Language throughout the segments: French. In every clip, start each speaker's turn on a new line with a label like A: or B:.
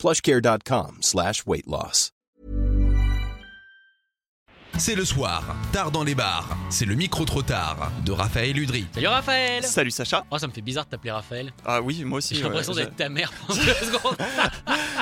A: plushcare.com slash weight loss.
B: C'est le soir, tard dans les bars, c'est le micro trop tard de Raphaël Udry.
C: Salut Raphaël
D: Salut Sacha.
C: Oh, ça me fait bizarre de t'appeler Raphaël.
D: Ah oui, moi aussi.
C: J'ai
D: ouais.
C: l'impression
D: Je-
C: d'être ta mère pendant deux secondes.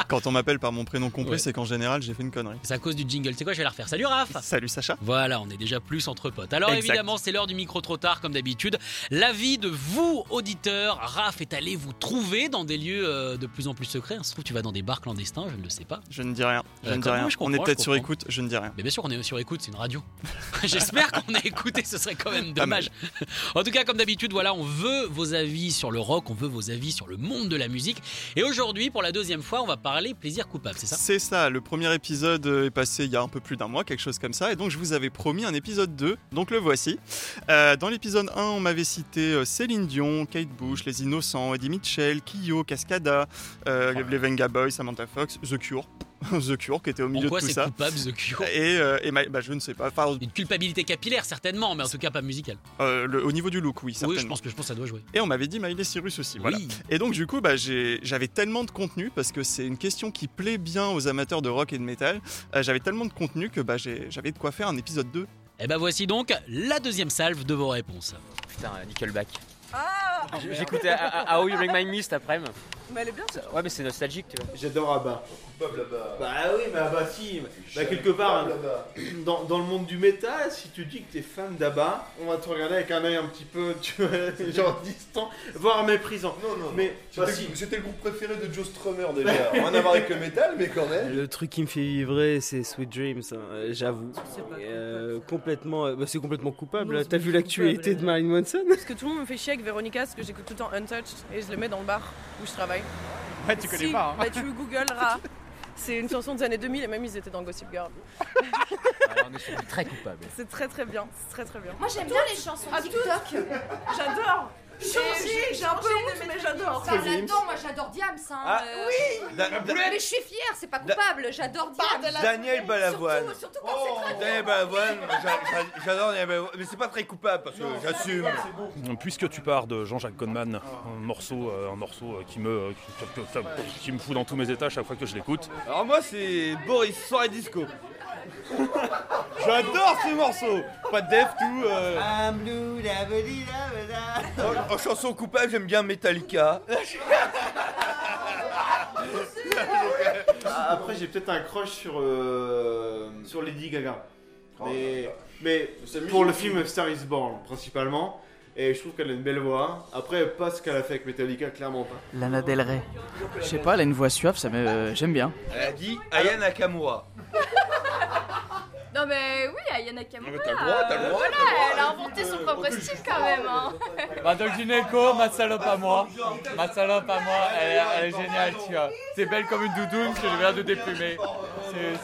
D: Quand on m'appelle par mon prénom complet,
C: Ouais.
D: c'est qu'en général j'ai fait une connerie.
C: C'est à cause du jingle. C'est quoi, je vais la refaire. Salut Raph
D: Salut Sacha.
C: Voilà, on est déjà plus entre potes. Alors
D: Exact.
C: évidemment, c'est l'heure du micro trop tard, comme d'habitude. L'avis de vous, auditeurs, Raph est allé vous trouver dans des lieux euh, de plus en plus secrets. Ça se trouve, tu vas dans des bars clandestins, je ne le sais pas.
D: Je ne dis rien. Je ne dis
C: D'accord,
D: rien.
C: moi, Euh, je
D: on est
C: comprends,
D: peut-être
C: je
D: sur
C: comprends.
D: écoute, je ne dis rien.
C: Mais bien sûr, on est sur écoute, c'est une radio. J'espère qu'on a écouté, ce serait quand même
D: Pas mal.
C: dommage. En tout cas, comme d'habitude, voilà, on veut vos avis sur le rock, on veut vos avis sur le monde de la musique. Et aujourd'hui, pour la deuxième fois, on va parler plaisir coupable, c'est ça
D: C'est ça, le premier épisode euh, est passé il y a un peu plus d'un mois, quelque chose comme ça, et donc je vous avais promis un épisode 2, donc le voici. Euh, dans l'épisode 1, on m'avait cité euh, Céline Dion, Kate Bush, Les Innocents, Eddie Mitchell, Kyo, Cascada, euh,
C: Oh là
D: les Venga Boys, Samantha Fox, The Cure, The Cure qui était au
C: En
D: milieu
C: quoi
D: de tout
C: c'est
D: ça.
C: coupable, The Cure
D: Et, euh, et ma- bah, je ne sais pas, Enfin,
C: Une culpabilité capillaire, certainement, mais en tout cas pas musicale.
D: euh, le- au niveau du look, oui,
C: Oui,
D: certainement.
C: je pense que je pense que ça doit jouer.
D: Et on m'avait dit Miley Cyrus aussi, voilà.
C: Oui.
D: Et donc du coup, bah, j'ai- j'avais tellement de contenu parce que c'est une question qui plaît bien aux amateurs de rock et de métal. euh, j'avais tellement de contenu que bah, j'ai- j'avais de quoi faire un épisode 2.
C: Et ben voici donc la deuxième salve de vos réponses.
E: Putain, Nickelback. J- J'écoutais à- à- How You Make My Mist après. Mais
F: Mais elle est bien ça.
E: Ouais, mais c'est nostalgique, tu vois.
G: J'adore Abba. Bah oui, mais Abba si. Bah quelque part, dans, dans le monde du métal, si tu dis que t'es fan d'Abba, on va te regarder avec un œil un petit peu, tu vois, genre distant, voire méprisant.
H: Non, non,
G: Mais
H: C'était
G: bah, si.
H: c'était le groupe préféré de Joe Strummer déjà. Rien à voir avec le métal, mais quand même.
I: Le truc qui me fait vibrer, c'est Sweet Dreams, hein, euh, j'avoue.
F: C'est pas
I: Euh, complètement, euh, bah, c'est complètement coupable.
F: Non,
I: là.
F: c'est
I: T'as vu
F: coupable,
I: l'actualité
F: là.
I: de Marilyn Manson
F: Parce que tout le monde me fait chier avec Véronica parce que j'écoute tout le temps Untouched et je le mets dans le bar où je travaille. Ouais, tu connais pas. Bah, tu googleras. C'est une chanson des années 2000 et même ils étaient dans Gossip Girl.
E: Alors, Ah, on est sur du très coupable.
F: C'est très très bien, c'est très très bien.
J: Moi j'aime bien Ah, les chansons TikTok.
F: J'adore J'ai j'ai un peu honte mais j'adore
J: Enfin, là-dedans, moi j'adore Diams. Hein,
H: Ah,
J: euh, Mais je suis fière, c'est pas coupable, j'adore Diams.
H: Daniel Balavoine.
J: Surtout, surtout quand c'est très
H: Daniel Balavoine, Eh ben, j'a- j'a- j'adore Daniel Balavoine, mais c'est pas très coupable parce que j'assume.
K: Puisque tu pars de Jean-Jacques Goldman, un morceau, euh, un morceau euh, qui me, euh, qui, qui- qui me fout dans tous mes états chaque fois que je l'écoute.
H: Alors moi c'est Boris, soirée disco. J'adore ce morceau. Pas de def tout. euh. En, en chanson coupable, j'aime bien Metallica.
G: Ah, Après, j'ai peut-être un crush sur, euh, sur Lady Gaga.
H: Oh,
G: Mais, mais pour le film Star is Born, principalement. Et je trouve qu'elle a une belle voix. Après, pas ce qu'elle a fait avec Metallica, clairement pas.
E: Lana Del Rey. Je sais pas, elle a une voix suave, ça j'aime bien.
H: Elle a dit Aya Nakamura.
J: Non mais oui, Aya Nakamura.
H: Mais t'as le droit, t'as le droit.
J: Voilà, elle a inventé son propre style quand même. Hein.
E: Bah, donc, Gineco, ma salope à moi. Ma salope à moi, elle, est géniale, tu vois. C'est belle comme une doudoune, je viens de déplumer.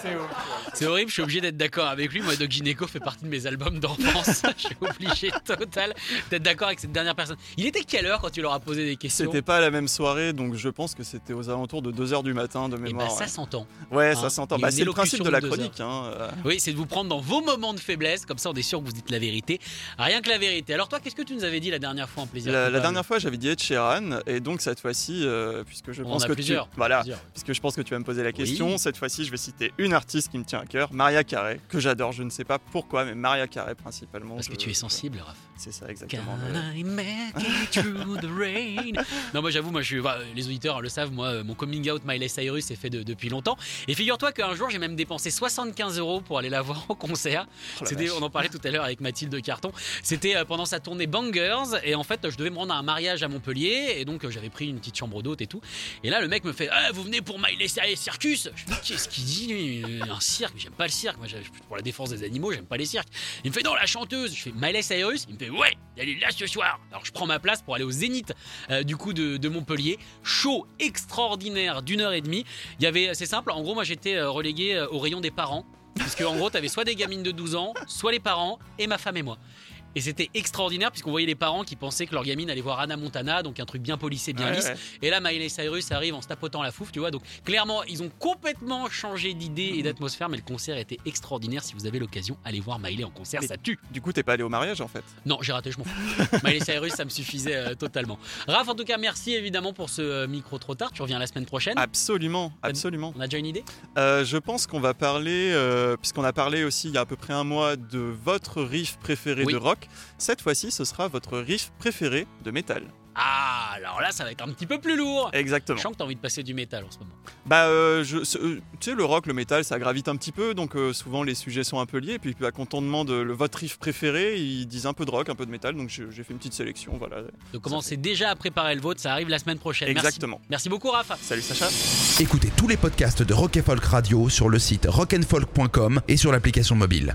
E: C'est ouf.
C: C'est horrible, je suis obligé d'être d'accord avec lui. Moi, Doc Gineco fait partie de mes albums d'enfance. je suis obligé total d'être d'accord avec cette dernière personne. Il était quelle heure quand tu leur as posé des questions
D: C'était pas la même soirée, donc je pense que c'était aux alentours de 2h du matin de
C: Et
D: mémoire.
C: bah
D: ouais.
C: ça s'entend.
D: ouais,
C: hein,
D: ça s'entend.
C: il y a
D: Bah,
C: une
D: c'est le principe
C: élocution
D: de la
C: de deux
D: chronique. hein, euh.
C: Oui, c'est de vous prendre dans vos moments de faiblesse, comme ça on est sûr que vous dites la vérité. Rien que la vérité. Alors toi, qu'est-ce que tu nous avais dit la dernière fois en plaisir
D: La, la
C: coupable
D: dernière fois, j'avais dit Ed Sheeran, et donc cette fois-ci, euh, puisque je
C: On
D: pense
C: en a
D: que
C: plusieurs.
D: tu, voilà,
C: Plusieurs.
D: puisque je pense que tu vas me poser la
C: Oui.
D: question, cette fois-ci, je vais citer une artiste qui me tient à cœur, Maria Carey, que j'adore. Je ne sais pas pourquoi, mais Maria Carey principalement.
C: Parce que
D: je-
C: tu es sensible, Raph.
D: euh, C'est ça,
C: Can
D: exactement. le-
C: I make it through the rain Non, moi j'avoue, moi je suis. bah, les auditeurs le savent, moi, euh, mon coming out Miley Cyrus est fait de- depuis longtemps. Et figure-toi qu'un jour j'ai même dépensé 75 euros pour aller la voir en concert.
D: la
C: C'était,
D: Oh vache.
C: on en parlait tout à l'heure avec Mathilde Carton. C'était euh, pendant sa tournée Bangers. Et en fait, je devais me rendre à un mariage à Montpellier. Et Eh, donc euh, j'avais pris une petite chambre d'hôte et tout. Et là, le mec me fait Ah, Vous venez pour Miley Cyrus Circus Je me dis Qu'est-ce qu'il dit dit un cirque, mais j'aime pas le cirque. Moi, j'ai- pour la défense des animaux, j'aime pas les cirques. Il me fait non, la chanteuse. Je fais Miley Cyrus. Il me fait ouais, elle est là ce soir. Alors je prends ma place pour aller au Zénith euh, du coup de, de Montpellier. Show extraordinaire d'une heure et demie. Il y avait, euh, c'est simple. En gros, moi j'étais euh, relégué euh, au rayon des parents. Parce que en gros, t'avais soit des gamines de 12 ans, soit les parents, et ma femme et moi. Et c'était extraordinaire puisqu'on voyait les parents qui pensaient que leur gamine allait voir Anna Montana, donc un truc bien polissé, bien
D: Ouais,
C: lisse.
D: ouais.
C: Et là, Miley Cyrus arrive en se tapotant la fouf, tu vois. Donc clairement, ils ont complètement changé d'idée
D: Mhm.
C: et d'atmosphère, mais le concert était extraordinaire. Si vous avez l'occasion, allez voir Miley en concert,
D: Mais
C: ça tue.
D: Du coup, t'es pas allé au mariage en fait
C: Non, j'ai raté, je m'en fous. Miley Cyrus, ça me suffisait euh, totalement. Raph, en tout cas, merci évidemment pour ce euh, micro trop tard. Tu reviens la semaine prochaine.
D: Ah. Absolument, absolument.
C: On a déjà une idée
D: Euh, je pense qu'on va parler, euh, puisqu'on a parlé aussi il y a à peu près un mois de votre riff préféré
C: Oui.
D: de rock, cette fois-ci ce sera votre riff préféré de métal.
C: Ah, alors là, ça va être un petit peu plus lourd.
D: Exactement.
C: Je sens que t'as envie de passer du métal en ce moment.
D: Bah, euh, je- ce- euh, tu sais, le rock, le métal, ça gravite un petit peu, donc euh, souvent les sujets sont un peu liés. Et puis, bah, quand on demande euh, le, votre riff préféré, ils disent un peu de rock, un peu de métal, donc je- j'ai fait une petite sélection, voilà.
C: Donc commencez déjà à préparer le vôtre, ça arrive la semaine prochaine. Merci.
D: Exactement.
C: Merci, beaucoup, Raph.
D: Salut, Sacha.
B: Écoutez tous les podcasts de Rock et Folk Radio sur le site rockandfolk.com et sur l'application mobile.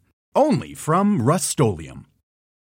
L: Only from Rust-Oleum.